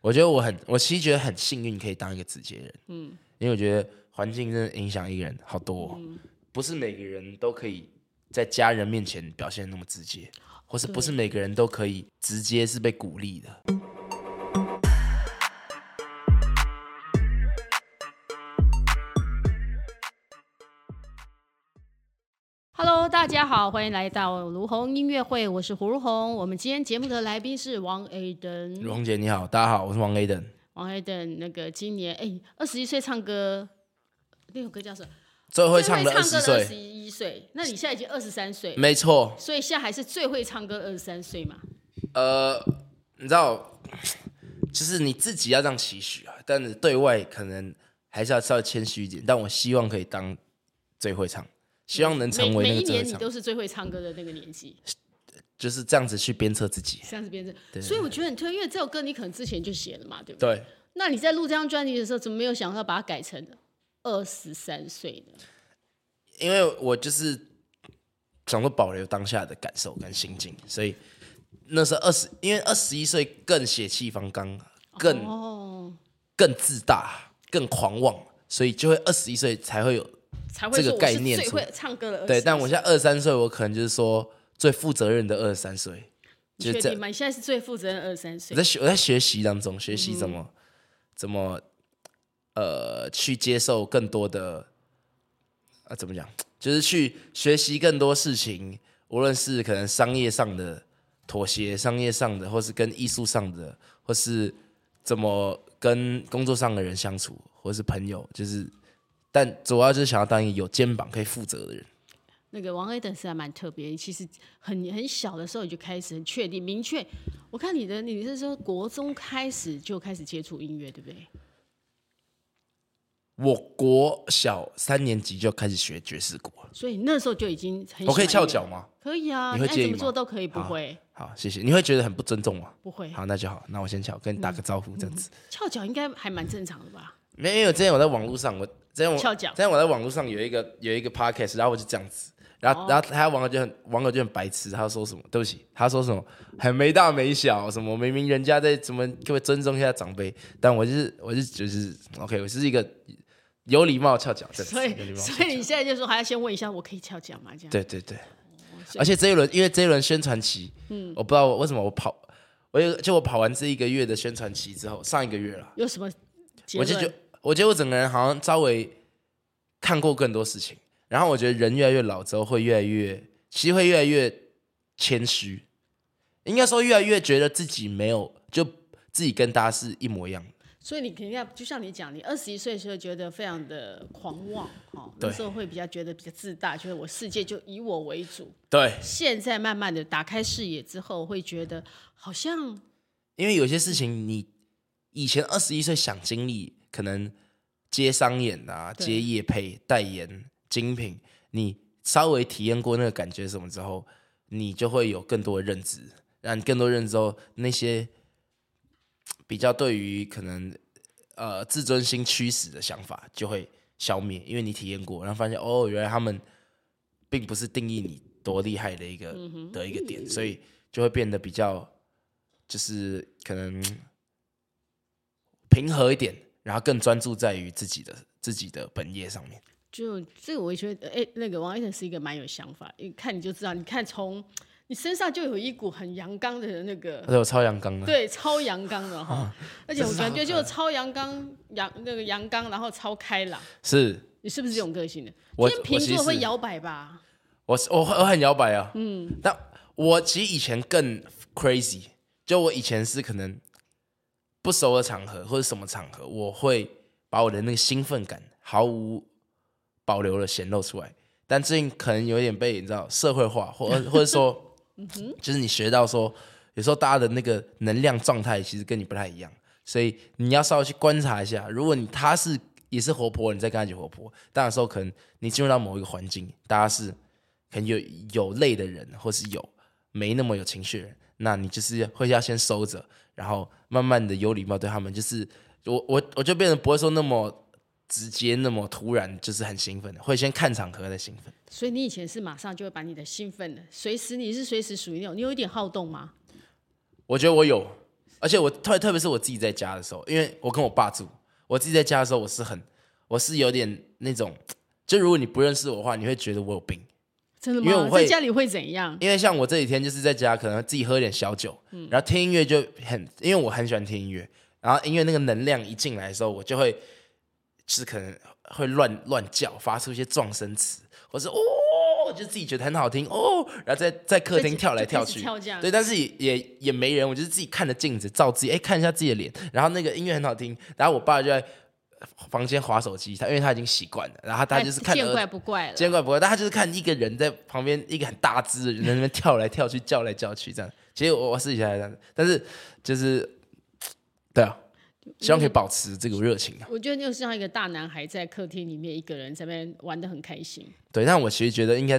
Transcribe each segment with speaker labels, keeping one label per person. Speaker 1: 我觉得我很，我其实觉得很幸运，可以当一个直接人。嗯，因为我觉得环境真的影响一个人好多、哦，不是每个人都可以在家人面前表现得那么直接，或是不是每个人都可以直接是被鼓励的。
Speaker 2: Hello，大家好，欢迎来到卢红音乐会，我是胡如红。我们今天节目的来宾是王 A 登，
Speaker 1: 荣姐你好，大家好，我是王 A 等，
Speaker 2: 王 A 登那个今年哎二十一岁唱歌，那首歌叫什么？
Speaker 1: 最会
Speaker 2: 最
Speaker 1: 唱的二十
Speaker 2: 二十
Speaker 1: 岁，嗯
Speaker 2: 一岁，那你现在已经二十三岁，
Speaker 1: 没错。
Speaker 2: 所以现在还是最会唱歌二十三岁嘛？
Speaker 1: 呃，你知道，就是你自己要这样期许啊，但是对外可能还是要稍微谦虚一点。但我希望可以当最会唱，希望能
Speaker 2: 每
Speaker 1: 成为
Speaker 2: 每
Speaker 1: 那
Speaker 2: 一
Speaker 1: 个最
Speaker 2: 年
Speaker 1: 会
Speaker 2: 你
Speaker 1: 唱，
Speaker 2: 都是最会唱歌的那个年纪，
Speaker 1: 就是这样子去鞭策自己。
Speaker 2: 这样子变成。所以我觉得很推，因为这首歌你可能之前就写了嘛，对不对？
Speaker 1: 对，
Speaker 2: 那你在录这张专辑的时候，怎么没有想到把它改成二十三岁呢？
Speaker 1: 因为我就是想说保留当下的感受跟心境，所以那时候二十，因为二十一岁更血气方刚，更、
Speaker 2: 哦，
Speaker 1: 更自大，更狂妄，所以就会二十一岁才会有
Speaker 2: 才会
Speaker 1: 这个
Speaker 2: 说我
Speaker 1: 概
Speaker 2: 是
Speaker 1: 念
Speaker 2: 最
Speaker 1: 出
Speaker 2: 会唱歌的23岁。
Speaker 1: 对，但我现在二三岁，我可能就是说最负责任的二十三岁，
Speaker 2: 你
Speaker 1: 就是
Speaker 2: 确
Speaker 1: 这
Speaker 2: 定
Speaker 1: 样。
Speaker 2: 吗？你现在是最负责任二十三
Speaker 1: 我
Speaker 2: 岁
Speaker 1: 在，学我在学习当中，学习怎么、怎么呃去接受更多的啊怎么讲，就是去学习更多事情，无论是可能商业上的妥协，商业上的，或是跟艺术上的，或是怎么跟工作上的人相处，或是朋友，就是但主要就是想要当一个有肩膀可以负责的人。
Speaker 2: 那个王 A 等是还蛮特别，其实很很小的时候你就开始很确定、明确。我看你的你是说国中开始就开始接触音乐，对不对？
Speaker 1: 我国小三年级就开始学爵士鼓了，
Speaker 2: 所以那时候就已经很喜欢
Speaker 1: 我可以
Speaker 2: 音
Speaker 1: 翘
Speaker 2: 乐
Speaker 1: 脚？吗？
Speaker 2: 可以啊，
Speaker 1: 你会
Speaker 2: 爱
Speaker 1: 介
Speaker 2: 怎
Speaker 1: 意
Speaker 2: 么
Speaker 1: 吗
Speaker 2: 做都可以，不
Speaker 1: 好
Speaker 2: 会
Speaker 1: 好，谢谢。你会觉得很不尊重吗？
Speaker 2: 不会。
Speaker 1: 好，那就好，那我先翘，跟你打个招呼，这样子。
Speaker 2: 翘脚应该还蛮正常的吧？
Speaker 1: 嗯没有，之前我在网络上，我之前我
Speaker 2: 翘脚
Speaker 1: 之前我在网络上有一个有一个 podcast，然后我就这样子，然后、然后他网友就很网友就很白痴，他说什么？对不起，他说什么很没大没小，什么明明人家在怎么可不可以尊重一下长辈？但我就是我是就是 OK，我是一个有礼貌翘 脚，这样子
Speaker 2: 所
Speaker 1: 有礼
Speaker 2: 以
Speaker 1: 貌
Speaker 2: 所以你现在就说还要先问一下，我可以翘脚吗？这样
Speaker 1: 对对对，
Speaker 2: 所以
Speaker 1: 而且这一轮因为这一轮宣传期，嗯，我不知道我为什么我跑，我有就我跑完这一个月的宣传期之后，上一个月了。
Speaker 2: 有什么结
Speaker 1: 我就
Speaker 2: 论？
Speaker 1: 觉，我觉得我整个人好像稍微看过更多事情，然后我觉得人越来越老之后，会越来越，其实会越来越谦虚，应该说越来越觉得自己没有，就自己跟大家是一模一样的。
Speaker 2: 所以你肯定要，就像你讲，你二十一岁的时候觉得非常的狂妄，哦，那
Speaker 1: 对
Speaker 2: 时候会比较觉得比较自大，觉得我世界就以我为主。
Speaker 1: 对，
Speaker 2: 现在慢慢的打开视野之后，会觉得好像
Speaker 1: 因为有些事情你以前二十一岁想经历，可能接商演啊、
Speaker 2: 对
Speaker 1: 接业配、代言、精品，你稍微体验过那个感觉什么之后，你就会有更多的认知。让你更多认知之后，那些比较对于可能呃自尊心驱使的想法就会消灭，因为你体验过，然后发现哦，原来他们并不是定义你多厉害的一个、的一个点，所以就会变得比较就是可能平和一点，然后更专注在于自己的自己的本业上面。
Speaker 2: 就这个，我也觉得，哎、那个王一晨是一个蛮有想法，一看你就知道，你看从你身上就有一股很阳刚的那个
Speaker 1: 他。说我超阳刚的，
Speaker 2: 对，超阳刚的哈，而且我
Speaker 1: 啊
Speaker 2: 感觉就超阳刚，阳那个阳刚，然后超开朗，
Speaker 1: 是
Speaker 2: 你是不是这种个性的？
Speaker 1: 我
Speaker 2: 天秤
Speaker 1: 我其
Speaker 2: 座
Speaker 1: 实
Speaker 2: 会
Speaker 1: 是
Speaker 2: 摇摆吧？
Speaker 1: 我是我很我很摇摆啊，嗯，但我其实以前更 crazy，就我以前是可能不熟的场合或者什么场合，我会把我的那个兴奋感毫无保留的显露出来，但最近可能有点被你知道社会化，或或者说，就是你学到说，有时候大家的那个能量状态其实跟你不太一样，所以你要稍微去观察一下。如果你他是也是活泼，你再跟他一起活泼，但有时候可能你进入到某一个环境，大家是可能有有累的人，或是有没那么有情绪的人，那你就是会要先收着，然后慢慢的有礼貌对他们。就是我我我就变得不会说那么直接，那么突然，就是很兴奋的，会先看场合再兴奋。
Speaker 2: 所以你以前是马上就会把你的兴奋的，随时你是随时属于那种，你有一点好动吗？
Speaker 1: 我觉得我有，而且我特特别是我自己在家的时候，因为我跟我爸住，我自己在家的时候，我是很我是有点那种，就如果你不认识我的话，你会觉得我有病。
Speaker 2: 真的
Speaker 1: 因为
Speaker 2: 吗
Speaker 1: 我？会
Speaker 2: 在家里会怎样？
Speaker 1: 因为像我这几天就是在家，可能自己喝一点小酒，
Speaker 2: 嗯
Speaker 1: 然后听音乐就很，因为我很喜欢听音乐，然后音乐那个能量一进来的时候，我就会就是可能会乱乱叫，发出一些撞声词，或是哦，就自己觉得很好听哦，然后在在客厅
Speaker 2: 就
Speaker 1: 跳来
Speaker 2: 就开
Speaker 1: 跳
Speaker 2: 始
Speaker 1: 去，
Speaker 2: 跳这样
Speaker 1: 对，但是也也也没人，我就是自己看着镜子照自己，哎，看一下自己的脸，然后那个音乐很好听，然后我爸就在房间划手机，他因为他已经习惯了，然后他就是看
Speaker 2: 哎见
Speaker 1: 儿
Speaker 2: 怪不怪了。
Speaker 1: 见怪不怪，但他就是看一个人在旁边，一个很大只的人在那边跳来跳去、叫来叫去这样。其实我我私底下也这样子，但是就是对啊，希望可以保持这个热情啊。
Speaker 2: 我觉得就像一个大男孩在客厅里面一个人在那边玩的很开心。
Speaker 1: 对，但我其实觉得应该，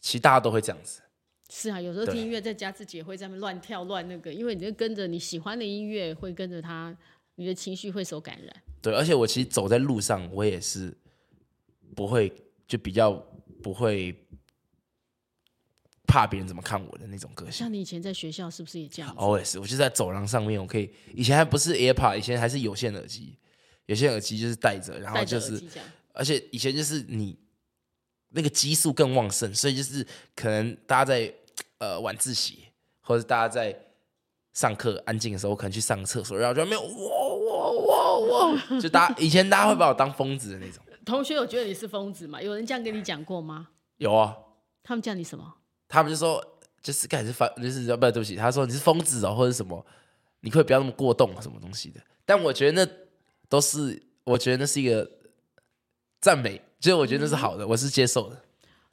Speaker 1: 其实大家都会这样子。
Speaker 2: 是啊，有时候
Speaker 1: 对
Speaker 2: 听音乐在家自己也会在那边乱跳乱那个，因为你就跟着你喜欢的音乐，会跟着他，你的情绪会受感染。
Speaker 1: 对，而且我其实走在路上，我也是不会就比较不会怕别人怎么看我的那种个性。
Speaker 2: 像你以前在学校是不是也这样子？
Speaker 1: 哦，我也是，我就在走廊上面，我可以以前还不是 AirPod，以前还是有线耳机，有线耳机就是戴着，然后
Speaker 2: 戴着
Speaker 1: 就
Speaker 2: 耳
Speaker 1: 是
Speaker 2: 机这样，
Speaker 1: 而且以前就是你那个激素更旺盛，所以就是可能大家在呃晚自习，或者大家在上课安静的时候，我可能去上厕所，然后就没有哇哇哇哇，就大家以前大家会把我当疯子的那种。
Speaker 2: 同学有觉得你是疯子吗？有人这样跟你讲过吗？
Speaker 1: 有啊，
Speaker 2: 他们叫你什么？
Speaker 1: 他们就说就是干你是反，就是不对不起，他说你是疯子哦，或者什么，你可以不要那么过动啊什么东西的。但我觉得那都是，我觉得那是一个赞美，就是我觉得那是好的，我是接受的。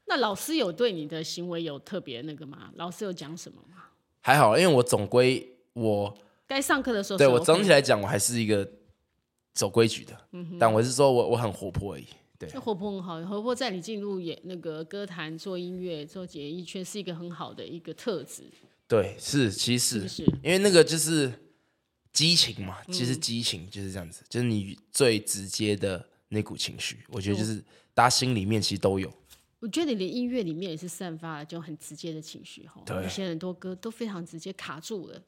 Speaker 2: 那老师有对你的行为有特别那个吗？老师有讲什么吗？
Speaker 1: 还好，因为我总归我
Speaker 2: 该上课的时候是
Speaker 1: 对
Speaker 2: OK 嗯
Speaker 1: 我
Speaker 2: 的，
Speaker 1: 整体来讲，我还是一个守规矩的，但我是说我我很活泼而已。对
Speaker 2: 那活泼很好，活泼在你进入演那个歌坛、做音乐、做演艺圈是一个很好的一个特质，
Speaker 1: 对，是其实
Speaker 2: 是不是？嗯
Speaker 1: 因为那个就是激情嘛，其实激情就是这样子，就是你最直接的那股情绪，我觉得就是大家心里面其实都有。
Speaker 2: 我觉得你连音乐里面也是散发了就很直接的情绪哈。
Speaker 1: 对
Speaker 2: 有些很多歌都非常直接，卡住了，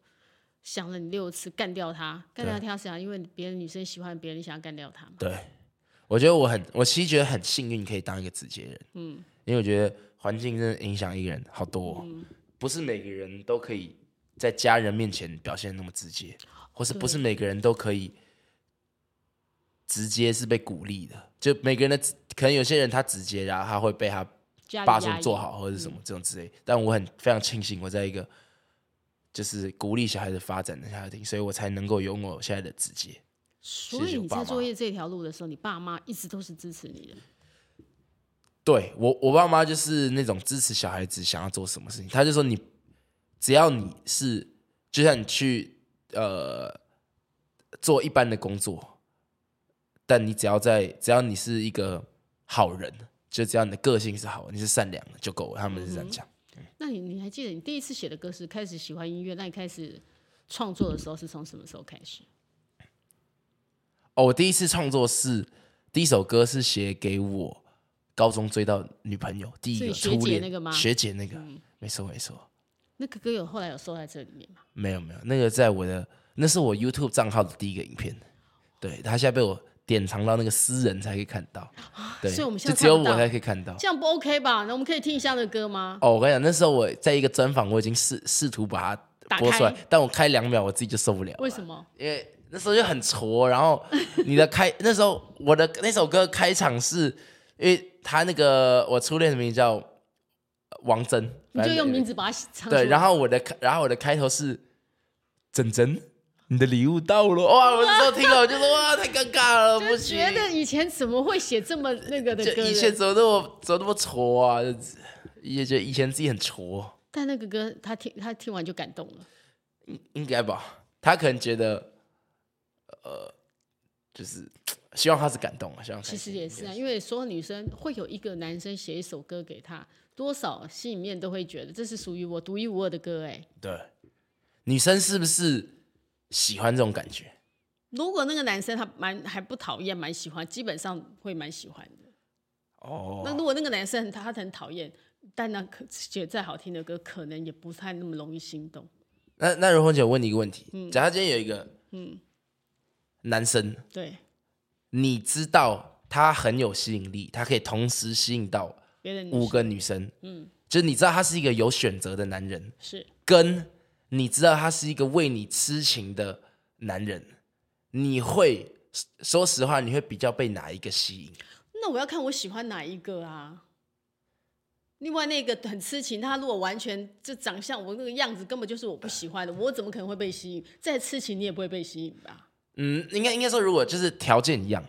Speaker 2: 想了你六次，干掉他，干掉他是想，因为别的女生喜欢别人，你想要干掉他嘛。
Speaker 1: 对，我觉得我很，我其实觉得很幸运，可以当一个直接人。嗯，因为我觉得环境真的影响一个人好多、哦，
Speaker 2: 嗯
Speaker 1: 不是每个人都可以在家人面前表现得那么直接，或是不是每个人都可以直接是被鼓励的。就每个人的直，可能有些人他直接，然后他会被他
Speaker 2: 家里
Speaker 1: 爸
Speaker 2: 压
Speaker 1: 说
Speaker 2: 抑嗯
Speaker 1: 做好或者什么这种之类。但我很非常庆幸我在一个就是鼓励小孩子发展的家庭，所以我才能够拥有现在的直接。
Speaker 2: 所
Speaker 1: 谢
Speaker 2: 以
Speaker 1: 谢我
Speaker 2: 你
Speaker 1: 爸
Speaker 2: 在
Speaker 1: 妈
Speaker 2: 作业这条路的时候，你爸妈一直都是支持你的。
Speaker 1: 对我，我爸妈就是那种支持小孩子想要做什么事情，他就说你只要你是，就像你去呃做一般的工作，但你只要在，只要你是一个好人，就只要你的个性是好，你是善良的就够了。他们是这
Speaker 2: 嗯
Speaker 1: 样讲。
Speaker 2: 那你你还记得你第一次写的歌是开始喜欢音乐，那你开始创作的时候是从什么时候开始？
Speaker 1: 哦，我第一次创作是第一首歌是写给我高中追到女朋友第一
Speaker 2: 是
Speaker 1: 个
Speaker 2: 你学
Speaker 1: 初
Speaker 2: 姐
Speaker 1: 恋
Speaker 2: 那个吗嗯
Speaker 1: 学姐那个，没错没错。
Speaker 2: 那个歌有后来有收在这里面吗？
Speaker 1: 没有没有，那个在我的那是我 YouTube 账号的第一个影片，对，它现在被我典藏到那个私人才可以看到，对，
Speaker 2: 啊所以我们现
Speaker 1: 就
Speaker 2: 在
Speaker 1: 只有
Speaker 2: 看不
Speaker 1: 我
Speaker 2: 到
Speaker 1: 才可以看到。
Speaker 2: 这样不 OK 吧？那我们可以听一下那个歌吗？
Speaker 1: 哦，我跟你讲，那时候我在一个专访，我已经试试图把
Speaker 2: 打
Speaker 1: 它播出来
Speaker 2: 开，
Speaker 1: 但我开两秒我自己就受不了了
Speaker 2: 为什么？
Speaker 1: 因为那时候就很挫，哦然后你的开那时候我的那首歌开场是，因为他那个我初恋的名字叫王真，
Speaker 2: 你就
Speaker 1: 反
Speaker 2: 用
Speaker 1: 正呃
Speaker 2: 名字把它唱出来。
Speaker 1: 对，然后我的开，然后我的开头是珍珍，你的礼物到了，哇！我那时候听了，我就说哇，太尴尬了，不
Speaker 2: 我
Speaker 1: 行
Speaker 2: 觉，得以前怎么会写这么那个的
Speaker 1: 就
Speaker 2: 歌
Speaker 1: 以前
Speaker 2: 呢？
Speaker 1: 怎么那么怎么那么挫啊，就是也觉得以前自己很挫，哦
Speaker 2: 但那个歌他听他听完就感动了。
Speaker 1: 应应该吧？他可能觉得，呃，就是希望他是感动啊，希望他
Speaker 2: 其实也是啊，因为所有女生会有一个男生写一首歌给她，多少心里面都会觉得这是属于我独一无二的歌哎、
Speaker 1: 对。女生是不是喜欢这种感觉？
Speaker 2: 如果那个男生他蛮还不讨厌，蛮喜欢，基本上会蛮喜欢的。
Speaker 1: 哦，
Speaker 2: 那如果那个男生他他很讨厌，但那可写再好听的歌，可能也不太那么容易心动。
Speaker 1: 那那如虹姐，我问你一个问题：
Speaker 2: 嗯
Speaker 1: 假如今天有一个男生，
Speaker 2: 对，
Speaker 1: 你知道他很有吸引力，他可以同时吸引到
Speaker 2: 别的女
Speaker 1: 五
Speaker 2: 生
Speaker 1: 个女生，嗯，就是你知道他是一个有选择的男人，
Speaker 2: 是
Speaker 1: 跟你知道他是一个为你痴情的男人，你会说实话，你会比较被哪一个吸引？
Speaker 2: 那我要看我喜欢哪一个啊。另外那个很痴情，他如果完全这长相，我那个样子根本就是我不喜欢的，我怎么可能会被吸引？再痴情你也不会被吸引吧？
Speaker 1: 嗯，应该应该说，如果就是条件一样，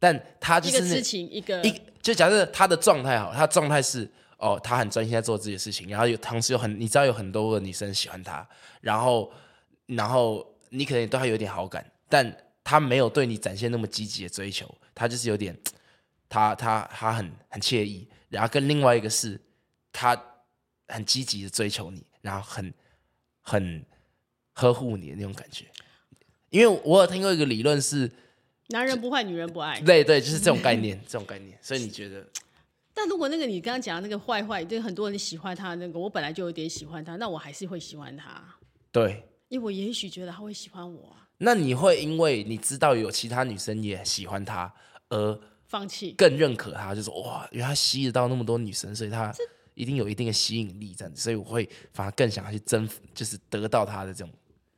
Speaker 1: 但他就
Speaker 2: 一
Speaker 1: 是
Speaker 2: 个
Speaker 1: 那
Speaker 2: 痴情，一个
Speaker 1: 一就假设他的状态好，他的状态是哦，他很专心在做自己的事情，然后有同时有很你知道有很多个女生喜欢他，然后然后你可能对他有点好感，但他没有对你展现那么积极的追求，他就是有点他他他很很惬意，然后跟另外一个是他很积极的追求你，然后很很呵护你的那种感觉。因为我有听过一个理论是，
Speaker 2: 男人不坏，女人不爱。
Speaker 1: 对对，就是这种概念，这种概念。所以你觉得
Speaker 2: 但如果那个你刚刚讲的那个坏坏，就很多人喜欢他那个，我本来就有点喜欢他，那我还是会喜欢他，
Speaker 1: 对？
Speaker 2: 因为我也许觉得他会喜欢我、啊，
Speaker 1: 那你会因为你知道有其他女生也喜欢他，而
Speaker 2: 放弃。
Speaker 1: 更认可他，就是哇，原来他吸引到那么多女生，所以他一定有一定的吸引力，这样子，所以我会反而更想要去征服，就是得到他的这种。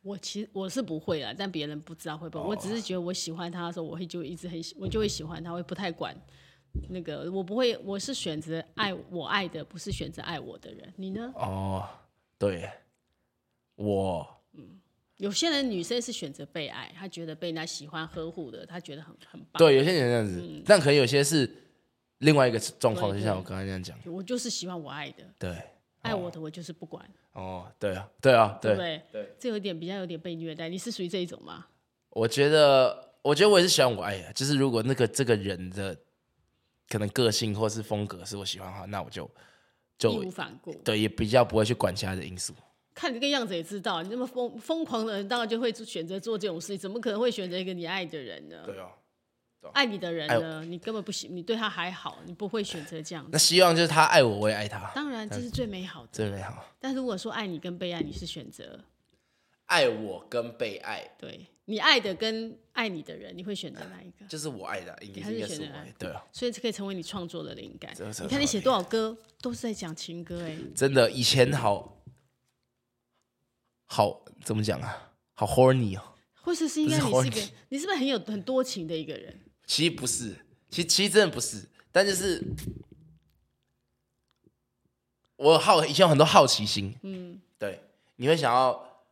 Speaker 2: 我其实我是不会啦，但别人不知道会不会。我只是觉得我喜欢他的时候，我会就一直很喜，我就会喜欢他，我也不太管那个，我不会，我是选择爱我爱的，不是选择爱我的人。你呢？
Speaker 1: 哦，对，我
Speaker 2: 有些人女生是选择被爱，她觉得被人家喜欢呵护的，她觉得很很棒。
Speaker 1: 对有些人这样子，但可能有些是另外一个状况，
Speaker 2: 嗯对
Speaker 1: 就像我刚才那样讲，
Speaker 2: 我就是喜欢我爱的，
Speaker 1: 对，
Speaker 2: 爱我的我就是不管，
Speaker 1: 哦，对啊，对啊，
Speaker 2: 对
Speaker 1: 对
Speaker 2: 不，对？对，这有点比较有点被虐待。你是属于这一种吗？
Speaker 1: 我觉得，我觉得我也是喜欢我爱的，就是如果那个这个人的可能个性或是风格是我喜欢的话，那我就
Speaker 2: 义
Speaker 1: 就
Speaker 2: 无反顾。
Speaker 1: 对也比较不会去管其他的因素。
Speaker 2: 看你这个样子也知道，你那么疯疯狂的人，当然就会选择做这种事情，怎么可能会选择一个你爱的人呢？
Speaker 1: 对哦，
Speaker 2: 爱你的人
Speaker 1: 哎
Speaker 2: 呢，你根本不行，你对他还好，你不会选择这样
Speaker 1: 那
Speaker 2: 子。
Speaker 1: 希望就是他爱我，我也爱他，
Speaker 2: 当然，这是最美好的。
Speaker 1: 最美好。
Speaker 2: 但如果说爱你跟被爱，你是选择
Speaker 1: 爱我跟被爱，
Speaker 2: 对你爱的跟爱你的人，你会选择哪一个？
Speaker 1: 就是我爱的，应该
Speaker 2: 还是
Speaker 1: 应该是
Speaker 2: 选择
Speaker 1: 我爱
Speaker 2: 爱
Speaker 1: 的。对啊，
Speaker 2: 所以这可以成为你创作的灵感
Speaker 1: 这个。是
Speaker 2: 你看你写多少歌都是在讲情歌、 哎，
Speaker 1: 真的以前好好怎么讲啊？好 horny 哦。
Speaker 2: 或者是应该你
Speaker 1: 不
Speaker 2: 是
Speaker 1: 是
Speaker 2: 一个，你是不是很有很多情的一个 人？
Speaker 1: 其实不是，其实其实真的不是，但就是我好以前有很多好奇心，
Speaker 2: 嗯，
Speaker 1: 对，你会想要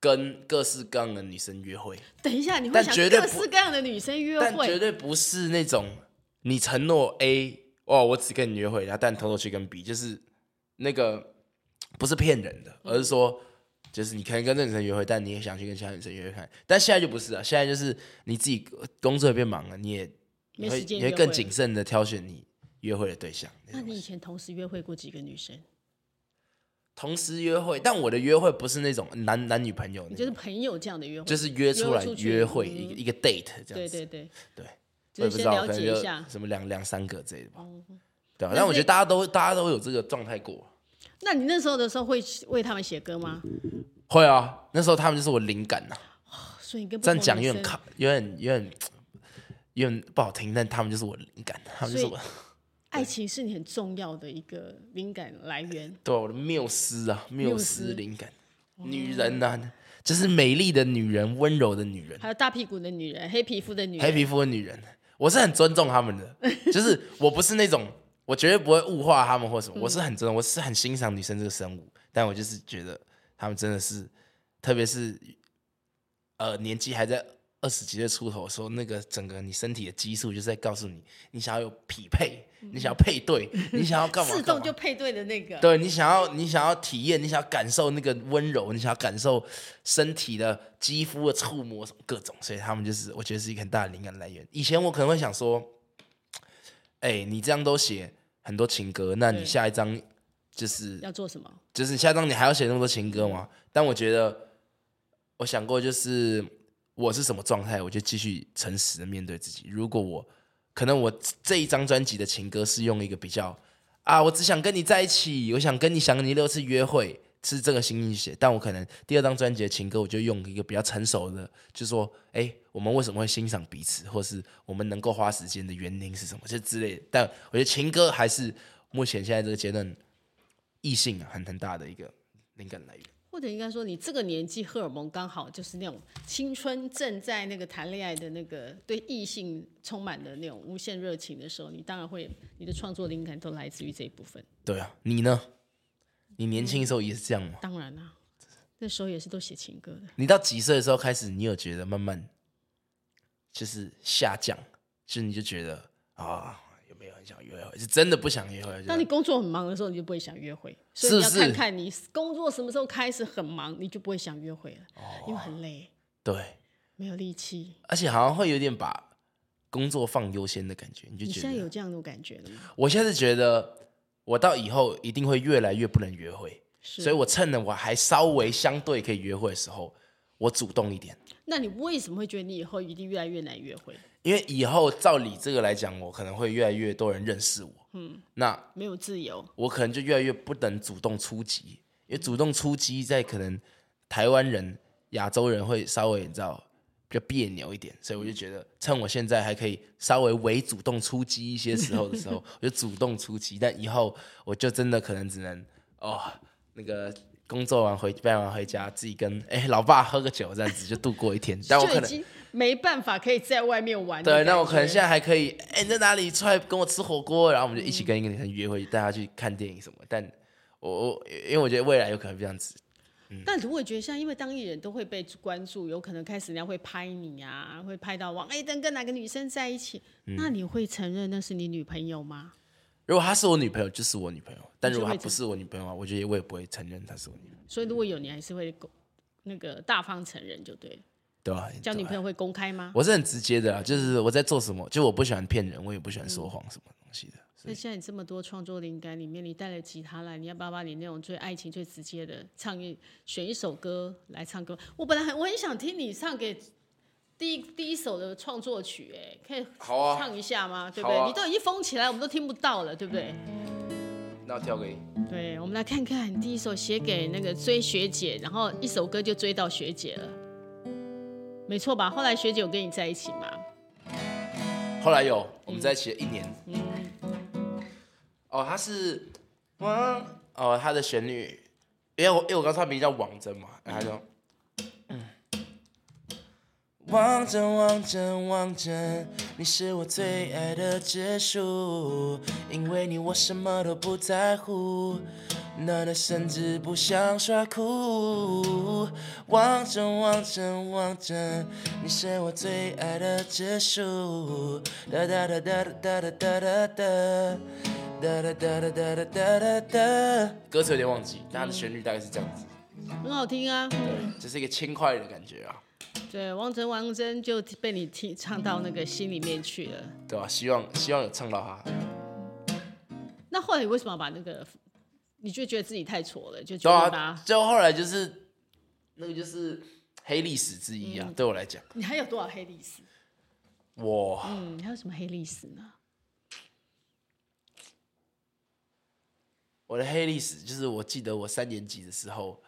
Speaker 1: 跟各式各样的女生约会，
Speaker 2: 等一下你会
Speaker 1: 但
Speaker 2: 想
Speaker 1: 绝对
Speaker 2: 各
Speaker 1: 不
Speaker 2: 式各样的女生约
Speaker 1: 但绝
Speaker 2: 会，
Speaker 1: 对不是那种你承诺 A 哦，我只跟你约会，然后但偷偷去跟 B，就是那个不是骗人的，
Speaker 2: 嗯
Speaker 1: 而是说。就是你可能跟这女生约会，但你也想去跟其他女生约会看，但现在就不是啊，现在就是你自己工作也变忙了，你也
Speaker 2: 没
Speaker 1: 你
Speaker 2: 时
Speaker 1: 会
Speaker 2: 间
Speaker 1: 你
Speaker 2: 约
Speaker 1: 会
Speaker 2: 会
Speaker 1: 更谨慎的挑选你约会的对象。
Speaker 2: 那你以前同时约会过几个女生？
Speaker 1: 同时约会，但我的约会不是那种男男女朋友那
Speaker 2: 你
Speaker 1: 种，
Speaker 2: 就是朋友这样的约会，
Speaker 1: 就是约出来
Speaker 2: 约出去
Speaker 1: 约会一个一个 date 这
Speaker 2: 对
Speaker 1: 样子。
Speaker 2: 对对，
Speaker 1: 对，我
Speaker 2: 就
Speaker 1: 也
Speaker 2: 是
Speaker 1: 不知
Speaker 2: 先
Speaker 1: 道，
Speaker 2: 了
Speaker 1: 可能
Speaker 2: 解一下
Speaker 1: 就。什么两两三个之类的吧。
Speaker 2: 哦
Speaker 1: 对啊，
Speaker 2: 那
Speaker 1: 但我觉
Speaker 2: 这
Speaker 1: 得大家都大家都有这个状态过。
Speaker 2: 那你那时候的时候会为他们写歌吗？
Speaker 1: 会啊，那时候他们就是我灵感呐、啊
Speaker 2: 所以你跟不
Speaker 1: 这样
Speaker 2: 同
Speaker 1: 讲
Speaker 2: 女
Speaker 1: 有点
Speaker 2: 生
Speaker 1: 卡，有点有点有点不好听，但他们就是我灵感，他们就是
Speaker 2: 所
Speaker 1: 我
Speaker 2: 爱情是你很重要的一个灵感来源。
Speaker 1: 对啊我的缪斯啊，缪
Speaker 2: 缪斯
Speaker 1: 斯哦灵感，女人呐、就是美丽的女人，温柔的女人。
Speaker 2: 还有大屁股的女人，黑皮肤的女
Speaker 1: 黑
Speaker 2: 人，
Speaker 1: 皮肤的女人，我是很尊重她们的，就是我不是那种我绝对不会物化她们或什么，我是很尊重，我是很欣赏女生这个生物，但我就是觉得她们真的是，特别是呃年纪还在二十几岁出头的时候，那个整个你身体的激素就是在告诉你，你想要有匹配，你想要配对，你想要干 嘛
Speaker 2: 自
Speaker 1: 干
Speaker 2: 动
Speaker 1: 嘛
Speaker 2: 就配对的那个。
Speaker 1: 对你想要，你想要体验，你想要感受那个温柔，你想要感受身体的肌肤的触摸，各种，所以他们就是我觉得是一个很大的灵感来源。以前我可能会想说，哎、你这样都写很多情歌，那你
Speaker 2: 对
Speaker 1: 下一张就是
Speaker 2: 要做什么？
Speaker 1: 就是你下一张你还要写那么多情歌吗？但我觉得，我想过就是我是什么状态，我就继续诚实的面对自己。如果我可能我这一张专辑的情歌是用一个比较啊，我只想跟你在一起，我想跟你想跟你六次约会是这个心意写，但我可能第二张专辑的情歌，我就用一个比较成熟的，就说，哎，我们为什么会欣赏彼此，或是我们能够花时间的原因是什么，这之类的。但我觉得情歌还是目前现在这个阶段，异性啊很很大的一个灵感来源。
Speaker 2: 或者应该说，你这个年纪荷尔蒙刚好就是那种青春正在那个谈恋爱的那个对异性充满了那种无限热情的时候，你当然会你的创作灵感都来自于这一部分。
Speaker 1: 对啊，你呢？你年轻的时候也是这样吗？
Speaker 2: 当然啦、那时候也是都写情歌的。
Speaker 1: 嗯你到几岁的时候开始，你有觉得慢慢就是下降，就是你就觉得啊，有没有很想约会？是真的不想约会？就
Speaker 2: 当
Speaker 1: 是
Speaker 2: 你工作很忙的时候，你就不会想约会，所以你要
Speaker 1: 是不是
Speaker 2: 看看你工作什么时候开始很忙，你就不会想约会
Speaker 1: 哦
Speaker 2: 了，因为很累，
Speaker 1: 对，
Speaker 2: 没有力气。
Speaker 1: 而且好像会有点把工作放优先的感觉，你就
Speaker 2: 你
Speaker 1: 觉
Speaker 2: 现在
Speaker 1: 得，
Speaker 2: 有这样的感觉了吗？
Speaker 1: 我现在是觉得，我到以后一定会越来越不能约会，
Speaker 2: 是
Speaker 1: 所以我趁着我还稍微相对可以约会的时候，我主动一点。
Speaker 2: 那你为什么会觉得你以后一定越来越难约会？
Speaker 1: 因为以后照理这个来讲，我可能会越来越多人认识我，嗯，那
Speaker 2: 没有自由，
Speaker 1: 我可能就越来越不能主动出击，因为主动出击在可能台湾人、亚洲人会稍微你知道比较别扭一点，所以我就觉得趁我现在还可以稍微微主动出击一些时候的时候，我就主动出击。但以后我就真的可能只能哦，那个工作完回办完回家，自己跟哎、老爸喝个酒这样子就度过一天。但我可
Speaker 2: 就已
Speaker 1: 能
Speaker 2: 经没办法可以在外面玩的
Speaker 1: 对，
Speaker 2: 感觉。
Speaker 1: 那我可能现在还可以，哎、你在哪里出来跟我吃火锅？然后我们就一起跟一个女生约会，带她去看电影什么。但我我因为我觉得未来有可能这样子，
Speaker 2: 嗯但如果觉得像，因为当艺人都会被关注，有可能开始人家会拍你啊，会拍到王哎登跟哪个女生在一起，
Speaker 1: 嗯
Speaker 2: 那你会承认那是你女朋友吗？
Speaker 1: 如果她是我女朋友，就是我女朋友；但如果她
Speaker 2: 你就会
Speaker 1: 不是我女朋友啊，我觉得我也不会承认她是我女朋友，
Speaker 2: 所以如果有，你还是会公那个大方承认就对了。
Speaker 1: 对吧、
Speaker 2: 交女朋
Speaker 1: 友，
Speaker 2: 友会公开吗？
Speaker 1: 我是很直接的啦，就是我在做什么，就我不喜欢骗人，我也不喜欢说谎什么东西的。
Speaker 2: 那现在你这么多创作灵感里面，你带了吉他来，你要不要把你那种最爱情、最直接的唱一选一首歌来唱歌？我本来很我很想听你唱给第一第一首的创作曲，哎，可以
Speaker 1: 好啊
Speaker 2: 唱一下吗？对不
Speaker 1: 好
Speaker 2: 对？
Speaker 1: 啊
Speaker 2: 你都已经封起来，我们都听不到了，对不对？
Speaker 1: 那我跳给你，
Speaker 2: 对，我们来看看第一首写给那个追学姐，然后一首歌就追到学姐了，没错吧？后来学姐有跟你在一起吗？
Speaker 1: 后来有我们在一起了一年，哦，她是王，哦，她的旋律，因为我因为我刚唱名叫王真嘛，然后她就。望着望着望着，你是我最爱的指数，因为你我什么都不在乎，难得甚至不想耍酷。望着望着望着，你是我最爱的指数，哒哒哒哒哒哒哒哒哒。哒哒哒哒哒哒哒哒哒，歌词有点忘记，但它的旋律大概是这样子，
Speaker 2: 很好听啊。
Speaker 1: 就是一个轻快的感觉啊。
Speaker 2: 对，王真王真就被你听唱到那个心里面去了。
Speaker 1: 对吧、希望希望有唱到他，
Speaker 2: 那后来你为什么要把那个？你就觉得自己太挫了，就觉
Speaker 1: 对
Speaker 2: 得
Speaker 1: 啊
Speaker 2: 吧，，
Speaker 1: 就后来就是那个就是黑历史之一啊。对我来讲，
Speaker 2: 你还有多少黑历史？
Speaker 1: 我
Speaker 2: 嗯，还有什么黑历史呢？
Speaker 1: 我的黑历史就是我记得我三年级的时候，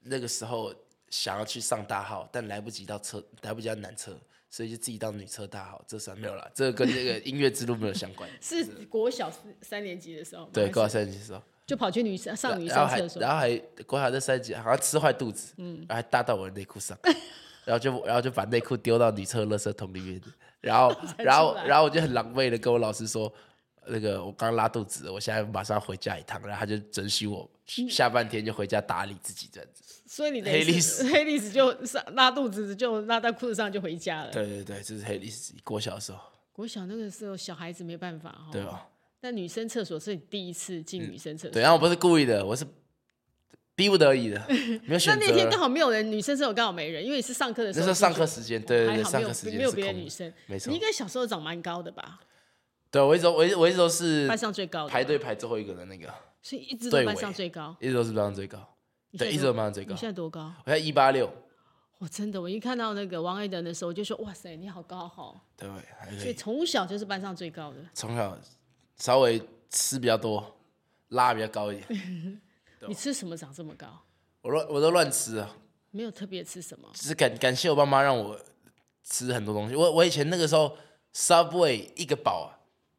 Speaker 1: 那个时候想要去上大号，但来不及到车，来不及到男厕，所以就自己到女厕大号。这算没有啦，这个跟这个音乐之路 没有相关。
Speaker 2: 是国小三年级的时候吗，
Speaker 1: 对，
Speaker 2: 还是
Speaker 1: 高二三年级的时候，
Speaker 2: 就跑去女哦生上女
Speaker 1: 然后
Speaker 2: 生
Speaker 1: 还
Speaker 2: 厕所，
Speaker 1: 然后还国小这三年级好像吃坏肚子，
Speaker 2: 嗯
Speaker 1: 然后还搭到我的内裤上， 然后就然后就把内裤丢到女厕垃圾桶里面，然 后然后然后我就很狼狈的跟我老师说，那个我刚拉肚子，我现在马上回家一趟，然后他就准许我
Speaker 2: 嗯
Speaker 1: 下半天就回家打理自己这样子。
Speaker 2: 所以你的
Speaker 1: 黑历史，
Speaker 2: 黑历史就上拉肚子就拉到裤子上就回家了。
Speaker 1: 对对对，这是黑历史，国小的时候，
Speaker 2: 国小那个时候小孩子没办法哈，
Speaker 1: 对吧？
Speaker 2: 但女生厕所是你第一次进女生厕所，
Speaker 1: 对，然后我不是故意的，我是逼不得已 的，没有
Speaker 2: 那
Speaker 1: 选择
Speaker 2: 那天刚
Speaker 1: 了。
Speaker 2: 好没有人，女生厕所刚好没人，因为是上课的时
Speaker 1: 那时
Speaker 2: 候
Speaker 1: 候
Speaker 2: 进
Speaker 1: 上
Speaker 2: 去
Speaker 1: 课时间，对对
Speaker 2: 还
Speaker 1: 对，
Speaker 2: 好
Speaker 1: 上
Speaker 2: 没
Speaker 1: 课
Speaker 2: 有
Speaker 1: 时间
Speaker 2: 没有
Speaker 1: 是
Speaker 2: 别的
Speaker 1: 空
Speaker 2: 女
Speaker 1: 的。
Speaker 2: 生，
Speaker 1: 没错
Speaker 2: 你应该小时候长蛮高的吧？
Speaker 1: 对，我一直我一直我一直都是
Speaker 2: 班上最高的
Speaker 1: 排队排最后一个的那个，
Speaker 2: 所以一直都
Speaker 1: 队
Speaker 2: 班
Speaker 1: 尾
Speaker 2: 上最高。
Speaker 1: 一直都是班上最高，
Speaker 2: 你
Speaker 1: 对，一
Speaker 2: 现
Speaker 1: 直
Speaker 2: 在
Speaker 1: 都
Speaker 2: 多
Speaker 1: 是班上最高
Speaker 2: 你。现在多高？
Speaker 1: 我现在一八六，
Speaker 2: 我真的，我一看到那个王爱德的时候，我就说哇塞，你好高哈、
Speaker 1: 对，还可
Speaker 2: 所以
Speaker 1: 以。
Speaker 2: 从小就是班上最高的。
Speaker 1: 从小稍微吃比较多，拉比较高一点，
Speaker 2: 你吃什么长这么高？
Speaker 1: 我乱我都乱吃啊，
Speaker 2: 没有特别吃什么。
Speaker 1: 只是感感谢我爸妈让我吃很多东西。我我以前那个时候 Subway 一个堡啊，